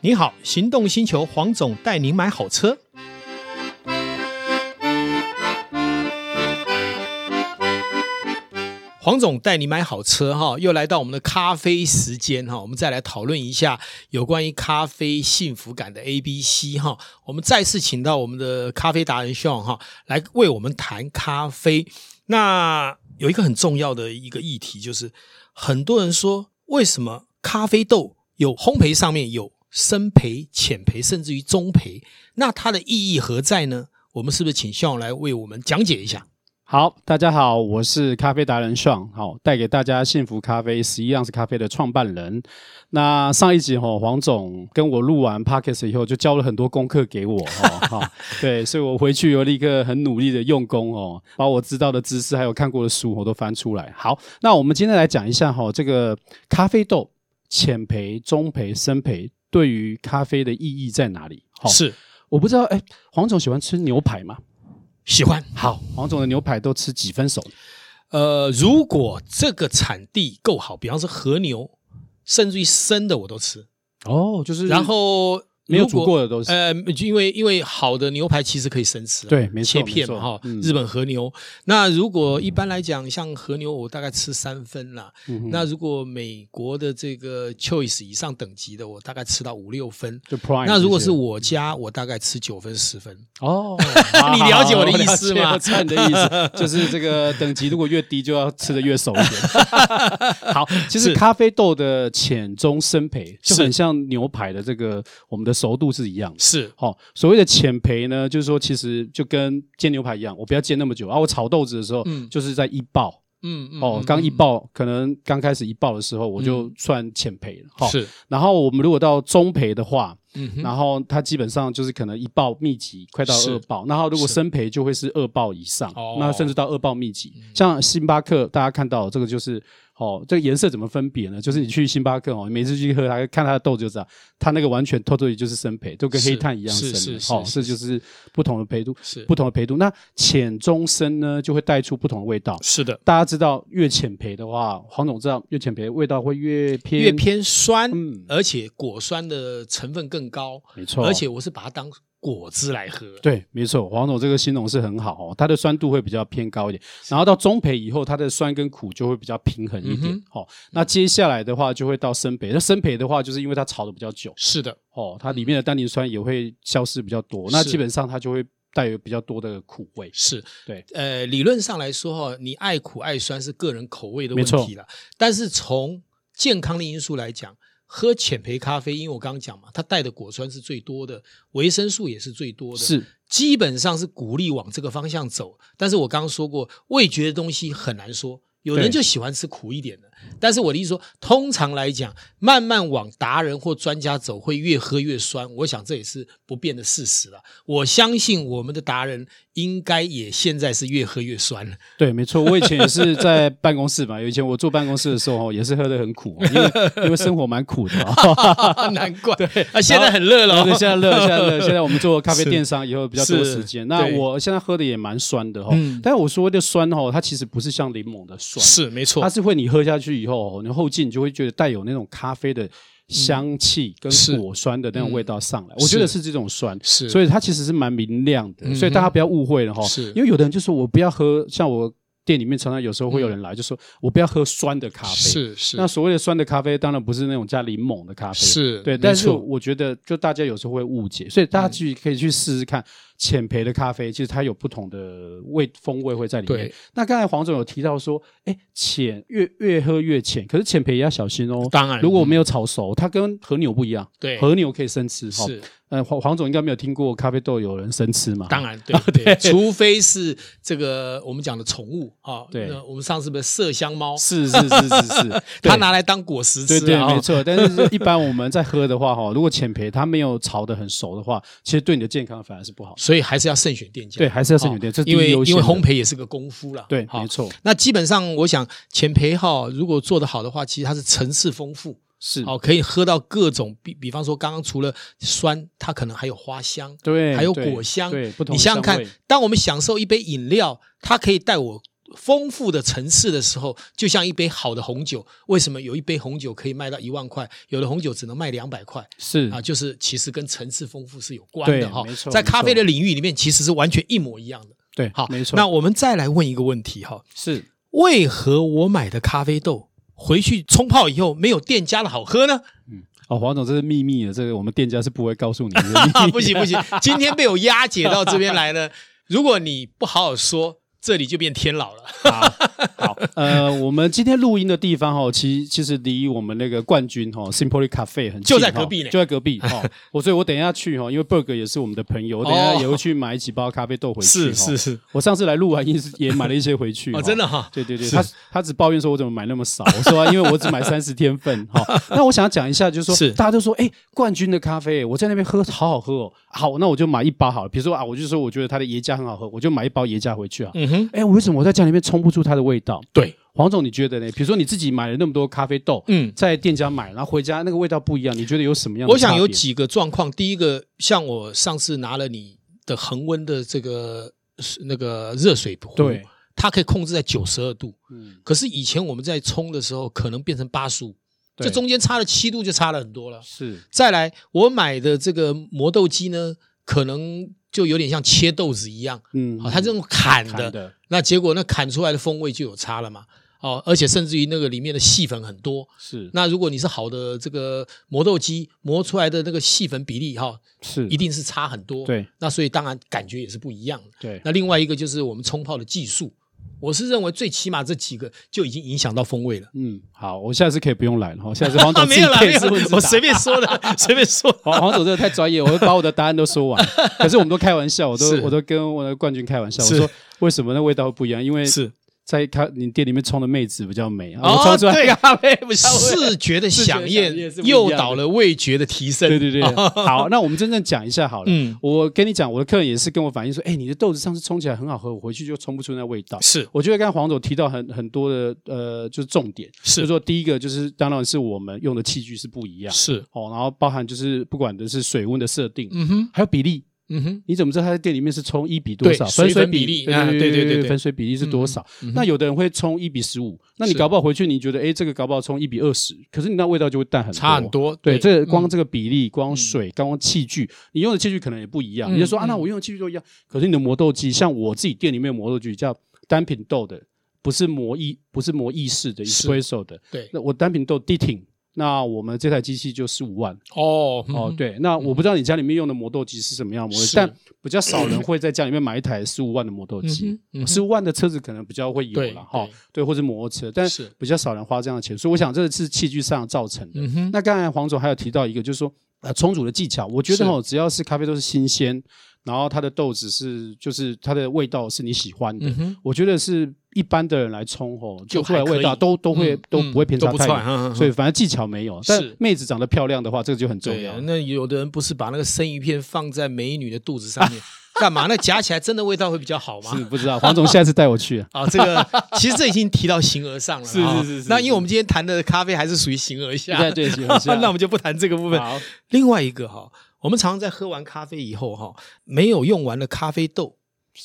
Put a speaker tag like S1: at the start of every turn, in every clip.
S1: 你好，行动星球黄总带您买好车。黄总带你买好车哈，又来到我们的咖啡时间哈，我们再来讨论一下有关于咖啡幸福感的 A、B、C 哈。我们再次请到我们的咖啡达人 Sean 哈，来为我们谈咖啡。那有一个很重要的一个议题，就是很多人说，为什么咖啡豆有烘焙上面有深焙、浅焙，甚至于中焙，那它的意义何在呢？我们是不是请向来为我们讲解一下？
S2: 好，大家好，我是咖啡达人爽，好，带给大家幸福咖啡十一样式咖啡的创办人。那上一集哈、哦，黄总跟我录完 p o c k e t 以后，就交了很多功课给我哦，哈、对，所以我回去又立刻很努力的用功哦，把我知道的知识还有看过的书我都翻出来。好，那我们今天来讲一下哈、哦，这个咖啡豆浅焙、中焙、深焙对于咖啡的意义在哪里？好，
S1: 是
S2: 我不知道，哎，黄总喜欢吃牛排吗？
S1: 喜欢。
S2: 好，黄总的牛排都吃几分熟？
S1: 呃，如果这个产地够好，比方说和牛，甚至于生的我都吃。
S2: 哦，就是
S1: 然后
S2: 没有
S1: 如果
S2: 煮过的都是
S1: 呃，就因为因为好的牛排其实可以生吃啊，
S2: 对没错
S1: 切片嘛
S2: 没错
S1: 哈
S2: 嗯。
S1: 日本和牛，那如果一般来讲，像和牛我大概吃三分啦。
S2: 嗯
S1: 那如果美国的这个 choice 以上等级的，我大概吃到五六分。
S2: 就 prime 这些。
S1: 那如果是我家，我大概吃九分十分。，
S2: 哦
S1: 你了解我的意思吗
S2: 我了解我知道你的意 思就是这个等级如果越低，就要吃的越熟一点。好，其实
S1: 是
S2: 咖啡豆的浅中深焙就是很像牛排的这个我们的熟度是一样的。
S1: 是
S2: 好、所谓的浅焙呢，就是说其实就跟煎牛排一样，我不要煎那么久啊。我炒豆子的时候，
S1: 嗯
S2: 就是在一爆
S1: 嗯嗯
S2: 哦
S1: 嗯，
S2: 刚一
S1: 嗯
S2: 爆，可能刚开始一爆的时候，我就算浅焙了。哈、
S1: 是
S2: 然后我们如果到中培的话，
S1: 嗯哼
S2: 然后它基本上就是可能一报密集，快到
S1: 是
S2: 二报，然后如果
S1: 是
S2: 深培就会是二报以上
S1: 哦，嗯
S2: 那甚至到二报密集。像星巴克，大家看到这个就是哦，这个颜色怎么分别
S1: 嗯
S2: 呢？就是你去星巴克哦，每次去喝它，看它的豆就知道，它那个完全 totally 就是深培，就跟
S1: 是
S2: 黑炭一样
S1: 是
S2: 深的
S1: 是
S2: 哦，
S1: 是
S2: 这就是不同的培度，
S1: 是
S2: 不同的培度。那浅中深呢，就会带出不同的味道。
S1: 是的，
S2: 大家知道越浅培的话，黄总知道越浅培味道会越偏
S1: 越偏酸，
S2: 嗯
S1: 而且果酸的成分更高，
S2: 没错，
S1: 而且我是把它当果汁来喝。
S2: 对，没错，黄总这个形容是很好哦，它的酸度会比较偏高一点，然后到中培以后，它的酸跟苦就会比较平衡一点、
S1: 嗯
S2: 哦。那接下来的话就会到深培，那深培的话就是因为它炒的比较久
S1: 是的，
S2: 哦，它里面的单宁酸也会消失比较多，那
S1: 是
S2: 基本上它就会带有比较多的苦味。
S1: 是
S2: 对，
S1: 呃，理论上来说哈，你爱苦爱酸是个人口味的问
S2: 没
S1: 题了，但是从健康的因素来讲。喝浅焙咖啡，因为我刚刚讲嘛，它带的果酸是最多的，维生素也是最多的，
S2: 是
S1: 基本上是鼓励往这个方向走。但是我刚刚说过，味觉的东西很难说，有人
S2: 对
S1: 就喜欢吃苦一点的。但是我的意思说，通常来讲，慢慢往达人或专家走，会越喝越酸。我想这也是不变的事实了。我相信我们的达人应该也现在是越喝越酸了。
S2: 对，没错，我以前也是在办公室嘛，以前我坐办公室的时候、哦、也是喝的很苦、哦，因为因为生活蛮苦的、哦。
S1: 难怪，啊，现在很热了、
S2: 对，
S1: 哦，
S2: 现在热，现在 热。现在我们做咖啡电商以后比较多时
S1: 是
S2: 间。那
S1: 对
S2: 我现在喝的也蛮酸的哈
S1: 嗯，
S2: 但是我说的酸哦，它其实不是像柠檬的 酸，
S1: 是没错
S2: 它，是会你喝下去以后，哦你后劲你就会觉得带有那种咖啡的香气跟
S1: 嗯是嗯
S2: 果酸的那种味道上来。
S1: 是
S2: 我觉得是这种酸。
S1: 是，
S2: 所
S1: 以
S2: 以它其实是蛮明亮
S1: 嗯哼
S2: 的，所以大家不要误会了哈
S1: 是。
S2: 因为有的人就说我不要喝，像我店里面常常有时候会有人来就说我不要喝酸的咖啡。
S1: 嗯是是
S2: 那所谓的酸的咖啡，当然不是那种加柠檬的咖啡，
S1: 是
S2: 对。
S1: 没
S2: 但是
S1: 错嗯
S2: 我觉得，就大家有时候会误解，所以大家去可以去试试看浅焙的咖啡，其实它有不同的味风味会在里面
S1: 对。
S2: 那刚才黄总有提到说，哎，浅越越喝越浅，可是浅焙也要小心哦。
S1: 当然，嗯
S2: 如果没有炒熟，它跟和牛不一样，
S1: 对
S2: 和牛可以生吃哈。
S1: 是。
S2: 呃，黄黄总应该没有听过咖啡豆有人生吃嘛？
S1: 当然，
S2: 哦
S1: 对对，除非是这个我们讲的宠物啊，
S2: 对
S1: 那我们上次不是麝香猫，
S2: 是是是是 是，对
S1: 它拿来当果实吃
S2: 对
S1: 啊，
S2: 对，没
S1: 哦
S2: 错。但是一般我们在喝的话，哈，如果浅焙它没有炒的很熟的话，其实对你的健康反而是不好。
S1: 所以还是要慎选店家，
S2: 对，还是要慎选店，
S1: 哦
S2: 这是第一
S1: 因为
S2: 优先
S1: 因
S2: 的
S1: 为烘焙也是个功夫啦，
S2: 对，
S1: 好
S2: 没错，
S1: 那基本上，我想浅焙哈，如果做得好的话，其实它是层次丰富，
S2: 是，
S1: 哦，可以喝到各种，比比方说刚刚除了酸，它可能还有花香，
S2: 对，
S1: 还有
S2: 对
S1: 果香
S2: 对，不同
S1: 你
S2: 的
S1: 想想
S2: 香
S1: 看
S2: 味，
S1: 当我们享受一杯饮料，它可以带我丰富的层次的时候，就像一杯好的红酒，为什么有一杯红酒可以卖到一万块，有的红酒只能卖两百块？
S2: 是
S1: 啊，就是其实跟层次丰富是有关的
S2: 对
S1: 哈
S2: 嗯没。错
S1: 在咖啡
S2: 没
S1: 的领域里面，其实是完全一模一样的。
S2: 对，
S1: 好，
S2: 没错，
S1: 那我们再来问一个问题哈：
S2: 是
S1: 为何我买的咖啡豆回去冲泡以后没有店家的好喝呢？
S2: 哦，黄总这是秘密的，这个我们店家是不会告诉你的
S1: 啊，不行不行，今天被我押解到这边来呢，如果你不好好说，这里就变天老了。
S2: 呃，我们今天录音的地方哦，其其实离我们那个冠军哦 Simply Cafe 很近
S1: 就在
S2: 哦
S1: 隔壁呢
S2: 就在隔壁 哦。我所以，我等一下去哦，因为 Berg 也是我们的朋友，我等一下也会去买几包咖啡豆回去。
S1: 是是，是，
S2: 我上次来录完音是也买了一些回去
S1: 哦，真的。哈，
S2: 对对对，
S1: 是
S2: 他他只抱怨说我怎么买那么少，我 说、啊、因为我只买三十天份哈、那我想讲一下，就是说
S1: 是
S2: 大家都说，哎、冠军的咖啡，我在那边喝好好喝哦，好，那我就买一包好了。比如说啊，我就说我觉得它的椰浆很好喝，我就买一包椰浆回去啊。
S1: 嗯哼，
S2: 哎、我为什么我在家里面冲不出它的味道？
S1: 对，
S2: 黄总，你觉得呢？比如说你自己买了那么多咖啡豆，
S1: 嗯。
S2: 在店家买，然后回家那个味道不一样，你觉得有什么样的？
S1: 我想有，几个状况，第一个，像我上次拿了你的恒温的这个是那个热水壶，
S2: 对，
S1: 它可以控制在九十二度，
S2: 嗯，
S1: 可是以前我们在冲的时候，可能变成八十五，
S2: 对
S1: 这中间差了七度就差了很多了。
S2: 是
S1: 再来，我买的这个磨豆机呢，可能就有点像切豆子一样，
S2: 嗯
S1: 哦好、它这种砍的，
S2: 砍的
S1: 那结果那砍出来的风味就有差了嘛。哦，而且甚至于那个里面的细粉很多，
S2: 是
S1: 那如果你是好的这个磨豆机磨出来的那个细粉比例哈、
S2: 是
S1: 一定是差很多。，
S2: 对
S1: 那所以当然感觉也是不一样的。
S2: 对
S1: 那另外一个就是我们冲泡的技术，我是认为最起码这几个就已经影响到风味了。
S2: 嗯，好，我下次可以不用来了哈，下次 黄总
S1: 啊
S2: 自
S1: 没
S2: 己
S1: 有啦，
S2: 可以
S1: 没有
S2: 自问
S1: 啦
S2: 自，答
S1: 我随便说 的，随便说的。
S2: 黄黄总真的太专业，我会把我的答案都 说完。可是我们都开玩笑，我都
S1: 是
S2: 我都跟我的冠军开玩笑，
S1: 是
S2: 我说为什么那味道会不一样？因为
S1: 是
S2: 在咖你店里面冲的妹子比较美，啊
S1: 哦
S2: 我冲出来
S1: 对
S2: 的咖啡 比较美。
S1: 视觉的
S2: 觉的
S1: 响
S2: 响
S1: 应
S2: 应是不一样
S1: 诱
S2: 的
S1: 导了味觉的提升。
S2: 对对对，好，那我们真正讲一下好了。
S1: 哦嗯
S2: 我跟你讲，我的客人也是跟我反映说，哎、你的豆子上次冲起来很好喝，我回去就冲不出那味道。
S1: 是
S2: 我觉得刚才黄总提到很很多的呃，就是重点，就是说第一个就是当然是我们用的器具是不一样
S1: 是，
S2: 哦，然后包含就是不管的是水温的设定，
S1: 嗯哼，
S2: 还有比例，
S1: 嗯哼，
S2: 你怎么知道他在店里面是冲一比多少？
S1: 对水
S2: 水
S1: 粉比例
S2: 对
S1: 啊
S2: 对
S1: 对对对
S2: 对
S1: 对
S2: 粉水比例是多少？
S1: 嗯
S2: 那有的人会冲一比十五，那你
S1: 是
S2: 搞不好回去你觉得，哎，这个搞不好冲一比二十，可是你那味道就会淡很多。
S1: 差很。多。
S2: 对，这个
S1: 嗯
S2: 光这个比例，光水，光器具，你用的器具可能也不一样。
S1: 嗯
S2: 你就说啊，
S1: 嗯
S2: 那我用的器具都一样，可是你的磨豆机，像我自己店里面的磨豆机叫单品豆的，不是磨意，不是磨意式的
S1: 是
S2: espresso 的，
S1: 对
S2: 那我单品豆 d i t t i n g 那我们这台机器就十五万，
S1: 哦嗯
S2: 哦，对，那我不知道你家里面用的磨豆机是什么样的磨豆机
S1: 是，
S2: 但比较少人会在家里面买一台十五万的磨豆
S1: 嗯
S2: 机
S1: 哼嗯哼，
S2: 十五万的车子可能比较会有
S1: 对
S2: 了哈
S1: 对，
S2: 对，或者摩托车，但
S1: 是
S2: 比较少人花这样的钱，所以我想这是器具上造成的。
S1: 嗯哼，
S2: 那刚才黄总还有提到一个，就是说呃冲煮的技巧，我觉
S1: 是
S2: 得哦，只要是咖啡豆是新鲜，然后它的豆子是就是它的味道是你喜欢的
S1: 嗯，哼，
S2: 我觉得是一般的人来冲吼，
S1: 就
S2: 做出来
S1: 还可
S2: 味道
S1: 以
S2: 都都会
S1: 嗯
S2: 都
S1: 嗯
S2: 不会偏
S1: 都
S2: 差
S1: 不
S2: 太
S1: 错嗯嗯
S2: 远，
S1: 嗯
S2: 所以反正技巧没有。但
S1: 是
S2: 妹子长得漂亮的话，这个就很重
S1: 对
S2: 要
S1: 啊。。那有的人不是把那个生鱼片放在美女的肚子上面干嘛？那夹起来真的味道会比较好
S2: 是
S1: 吗？
S2: 不知道，黄总下次带我 去。
S1: 啊，这个其实这已经提到形而上了。
S2: 是
S1: 啊
S2: 是是是
S1: 那因为我们今天谈的咖啡还是属于形而下，
S2: 对 对形而下
S1: 那啊我们就不谈这个部分。
S2: 好，
S1: 另外一个哈，我们常常在喝完咖啡以后哈，没有用完的咖啡豆，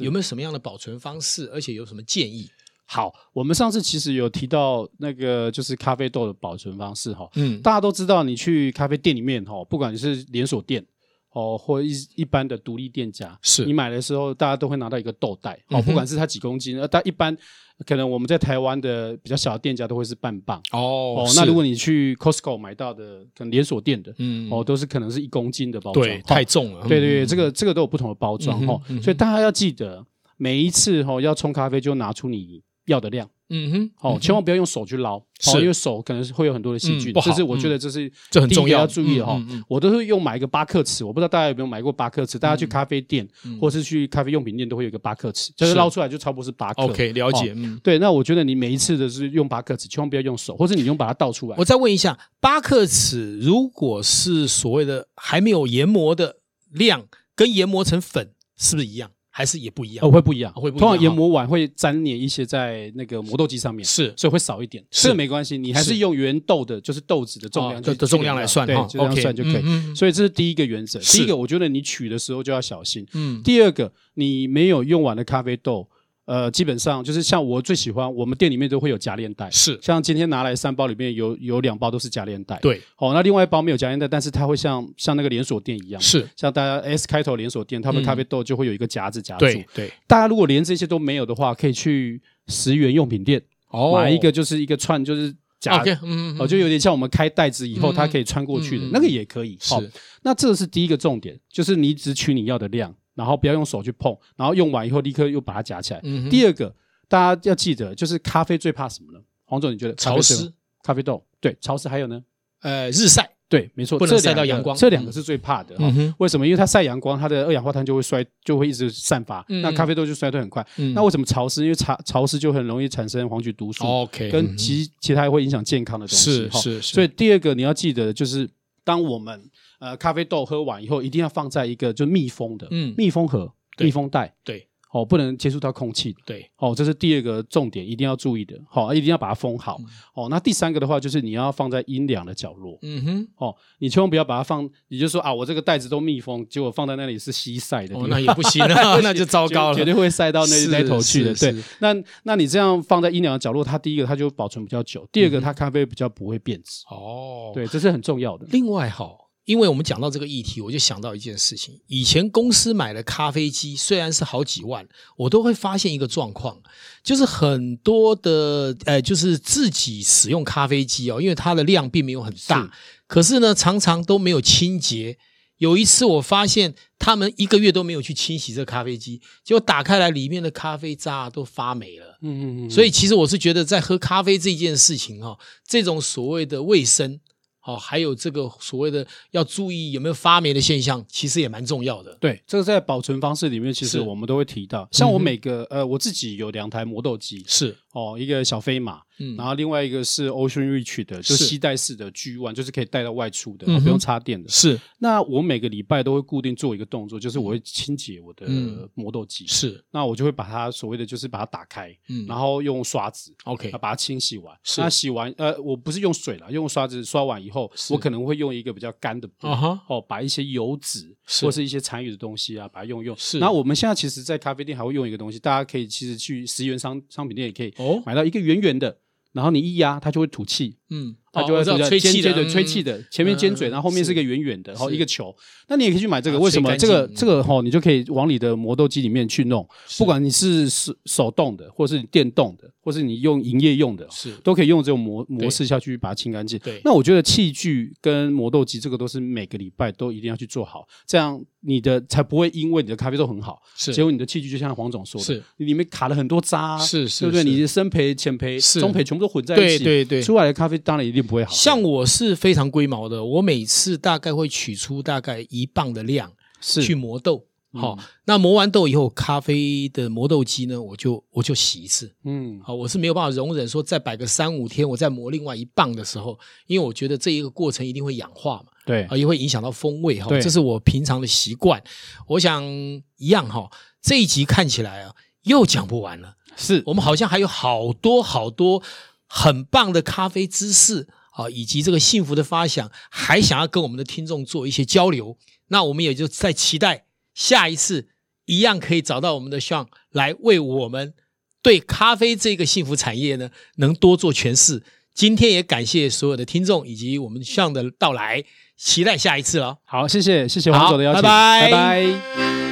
S1: 有没有什么样的保存方式？而且有什么建议？
S2: 好，我们上次其实有提到那个就是咖啡豆的保存方式哈。
S1: 嗯，
S2: 大家都知道，你去咖啡店里面哈，不管你是连锁店哦，或一一般的独立店家，
S1: 是
S2: 你买的时候，大家都会拿到一个豆袋
S1: 嗯
S2: 哦，
S1: 哼
S2: 不管是它几公斤，呃，但一般可能我们在台湾的比较小的店家都会是半磅
S1: 哦
S2: 哦。那如
S1: 是
S2: 果你去 Costco 买到的，可能连锁店的
S1: 嗯
S2: 哦，都是可能是一公斤的包装，
S1: 对
S2: 哦
S1: 太重了，
S2: 对对对，这个这个都有不同的包装
S1: 嗯哼
S2: 哦
S1: 嗯哼，
S2: 所以大家要记得每一次哦要冲咖啡就拿出你要的量。
S1: 嗯哼，
S2: 哦，千万不要用手去捞，
S1: 是
S2: 哦，因为手可能是会有很多的细菌，
S1: 嗯不好
S2: 这是我觉得这是
S1: 这很
S2: 第一个
S1: 重要
S2: 要注意的哈、
S1: 嗯嗯嗯
S2: 我都是用买一个巴克尺，我不知道大家有没有买过巴克尺，大家去咖啡店、或是去咖啡用品店都会有一个巴克尺，就是
S1: 是
S2: 捞出来就差不多是八克。
S1: OK 了解
S2: 哦。
S1: 嗯，
S2: 对，那我觉得你每一次的是用巴克尺，千万不要用手，或者你用把它倒出来
S1: 我。再问一下，巴克尺如果是所谓的还没有研磨的量，跟研磨成粉是不是一样？还是也不一样？
S2: 哦，会不一样，
S1: 会不一样
S2: 通常研
S1: 哈
S2: 磨完会粘黏一些在那个磨豆机上面，
S1: 是
S2: 所以会少一点，
S1: 是
S2: 这个没关系，你还
S1: 是
S2: 是用原豆的，就是豆子的重量
S1: 哦
S2: 去
S1: 的的重量来算
S2: 对
S1: 哈，
S2: 就这样
S1: OK，
S2: 算就可以。
S1: 嗯嗯嗯
S2: 所以这是第一个原则。
S1: 是
S2: 第一个，我觉得你取的时候就要小心。
S1: 嗯，
S2: 第二个，你没有用完的咖啡豆，呃，基本上就是像我最喜欢，我们店里面都会有夹链袋，
S1: 是
S2: 像今天拿来三包里面有有两包都是夹链袋，
S1: 对，
S2: 好、那另外一包没有夹链袋，但是它会像像那个连锁店一样，
S1: 是，
S2: 像大家 S 开头连锁店，他们
S1: 嗯
S2: 咖啡豆就会有一个夹子夹住。
S1: 对对，
S2: 大家如果连这些都没有的话，可以去十元用品店、
S1: 哦
S2: 买一个，就是一个串，就是夹。
S1: OK，嗯，嗯
S2: 哦，就有点像我们开袋子以后，
S1: 嗯
S2: 它可以穿过去的、
S1: 嗯嗯
S2: 那个也可以。好
S1: 是
S2: 那这是第一个重点，就是你只取你要的量，然后不要用手去碰，然后用完以后立刻又把它夹起来。
S1: 嗯哼
S2: 第二个，大家要记得，就是咖啡最怕什么呢？黄总，你觉得咖
S1: 潮
S2: 啡最
S1: 湿，
S2: 咖啡豆对潮湿还有呢？
S1: 呃，日晒，
S2: 对，没错，
S1: 不能
S2: 这两
S1: 晒到
S2: 个
S1: 阳光
S2: 这两
S1: 嗯
S2: 个是最怕的。哈
S1: 嗯哼，
S2: 为什么？因为它晒阳光，它的二氧化碳就会衰，就会一直散发。
S1: 嗯
S2: 那咖啡豆就衰退很快。
S1: 嗯
S2: 那为什么潮湿？因为潮潮湿就很容易产生黄曲毒素，
S1: OK，
S2: 跟
S1: 嗯
S2: 其其他会影响健康的东西。
S1: 是
S2: 哈
S1: 是是，
S2: 所以第二个你要记得的就是，当我们呃咖啡豆喝完以后，一定要放在一个就密封的、
S1: 嗯
S2: 密封盒、
S1: 对
S2: 密封袋，
S1: 对
S2: 哦，不能接触到空气的。
S1: 对，
S2: 哦，这是第二个重点，一定要注意的。好、一定要把它封
S1: 嗯
S2: 好。哦，那第三个的话就是你要放在阴凉的角落。
S1: 嗯哼，
S2: 哦，你千万不要把它放，你就说啊，我这个袋子都密封，结果放在那里是西晒的地
S1: 哦，
S2: 方，
S1: 那也不行 啊， 那就糟糕
S2: 绝
S1: 了
S2: 对。会晒到那
S1: 是
S2: 那头去的。
S1: 是
S2: 对
S1: 是，
S2: 那那你这样放在阴凉的角落，它第一个它就保存比较久，第二
S1: 嗯
S2: 个它咖啡比较不会变质。
S1: 哦，。
S2: 对，这是很重要的。
S1: 另外哈，因为我们讲到这个议题，我就想到一件事情：以前公司买的咖啡机虽然是好几万，我都会发现一个状况，就是很多的呃，就是自己使用咖啡机哦，因为它的量并没有很大，
S2: 是
S1: 可是呢，常常都没有清洁。有一次我发现他们一个月都没有去清洗这咖啡机，结果打开来里面的咖啡渣都发霉了。
S2: 嗯嗯嗯。
S1: 所
S2: 以
S1: 以其实我是觉得，在喝咖啡这件事情哈、哦，这种所谓的卫生，哦，还有这个所谓的要注意有没有发霉的现象，其实也蛮重要的。
S2: 对，这个在保存方式里面，其实
S1: 是
S2: 我们都会提到。像
S1: 嗯
S2: 我
S1: 哼
S2: 每个呃，我自己有两台磨豆机，
S1: 是，
S2: 哦，一个小飞马，
S1: 嗯
S2: 然后另外一个是 Ocean Reach 的，就是是吸带式的 G One，就是可以带到外出的，
S1: 嗯哼
S2: 不用插电的。
S1: 是
S2: 那我每个礼拜都会固定做一个动作，就是我会清洁我的
S1: 嗯
S2: 磨豆机，
S1: 是，
S2: 那我就会把它所谓的就是把它打开，
S1: 嗯
S2: 然后用刷子。呃
S1: ，OK，
S2: 把它清洗完，
S1: 是
S2: 那洗完，呃，我不是用水了，用刷子刷完以后，
S1: 是
S2: 我可能会用一个比较干的布
S1: 啊哈，
S2: 哦，把一些油脂
S1: 是
S2: 或是一些残余的东西啊，把它用一用。
S1: 是
S2: 那我们现在其实，在咖啡店还会用一个东西，大家可以其实去十元商商品店也可以
S1: 哦，
S2: 买到一个圆圆的，然后你一压它就会吐气，
S1: 嗯，
S2: 它
S1: 哦
S2: 就会
S1: 我知
S2: 吐
S1: 道
S2: 气
S1: 吹气
S2: 尖
S1: 的，
S2: 尖对，
S1: 嗯
S2: 吹气，的，前面尖嘴，
S1: 嗯
S2: 然后后面
S1: 是
S2: 是一个圆圆的，然后
S1: 是
S2: 一个球。那你也可以去买这个，
S1: 啊
S2: 为什么？
S1: 吹干净
S2: 这个
S1: 嗯
S2: 这个吼，你就可以往你的磨豆机里面去弄，
S1: 是
S2: 不管你是手手动的，或是你电动的，或是你用营业用的，
S1: 是
S2: 都可以用这种模模
S1: 对
S2: 式下去把它清干净。
S1: 对
S2: 那我觉得器具跟磨豆机这个都是每个礼拜都一定要去做好，这样你的才不会因为你的咖啡豆很好，
S1: 是
S2: 结果你的器具就像黄总说的，
S1: 是
S2: 你里面卡了很多渣啊，
S1: 是是
S2: 对不对？
S1: 是
S2: 你的深培、浅培、
S1: 是
S2: 中培全部都混在一
S1: 对
S2: 起，
S1: 对对。
S2: 出来的嗯咖啡当然一定不会好。
S1: 像我是非常龟毛的，我每次大概会取出大概一磅的量
S2: 是嗯
S1: 去磨豆。好、那磨完豆以后，咖啡的磨豆机呢，我就我就洗一次。
S2: 嗯，
S1: 好，我是没有办法容忍说再摆个三五天，我再磨另外一磅的时候，因为我觉得这一个过程一定会氧化嘛，
S2: 对
S1: 啊，也会影响到风味哈，
S2: 对
S1: 这是我平常的习惯。我想一样哈，这一集看起来啊又讲不完了，
S2: 是
S1: 我们好像还有好多好多很棒的咖啡知识。啊，以及这个幸福的发想，还想要跟我们的听众做一些交流，那我们也就在期待下一次一样可以找到我们的 Sean 来为我们对咖啡这个幸福产业呢，能多做诠释。今天也感谢所有的听众以及我们 Sean 的到来，期待下一次了。
S2: 好，谢谢谢谢黄
S1: 好
S2: 总的邀请，
S1: 拜拜
S2: 拜拜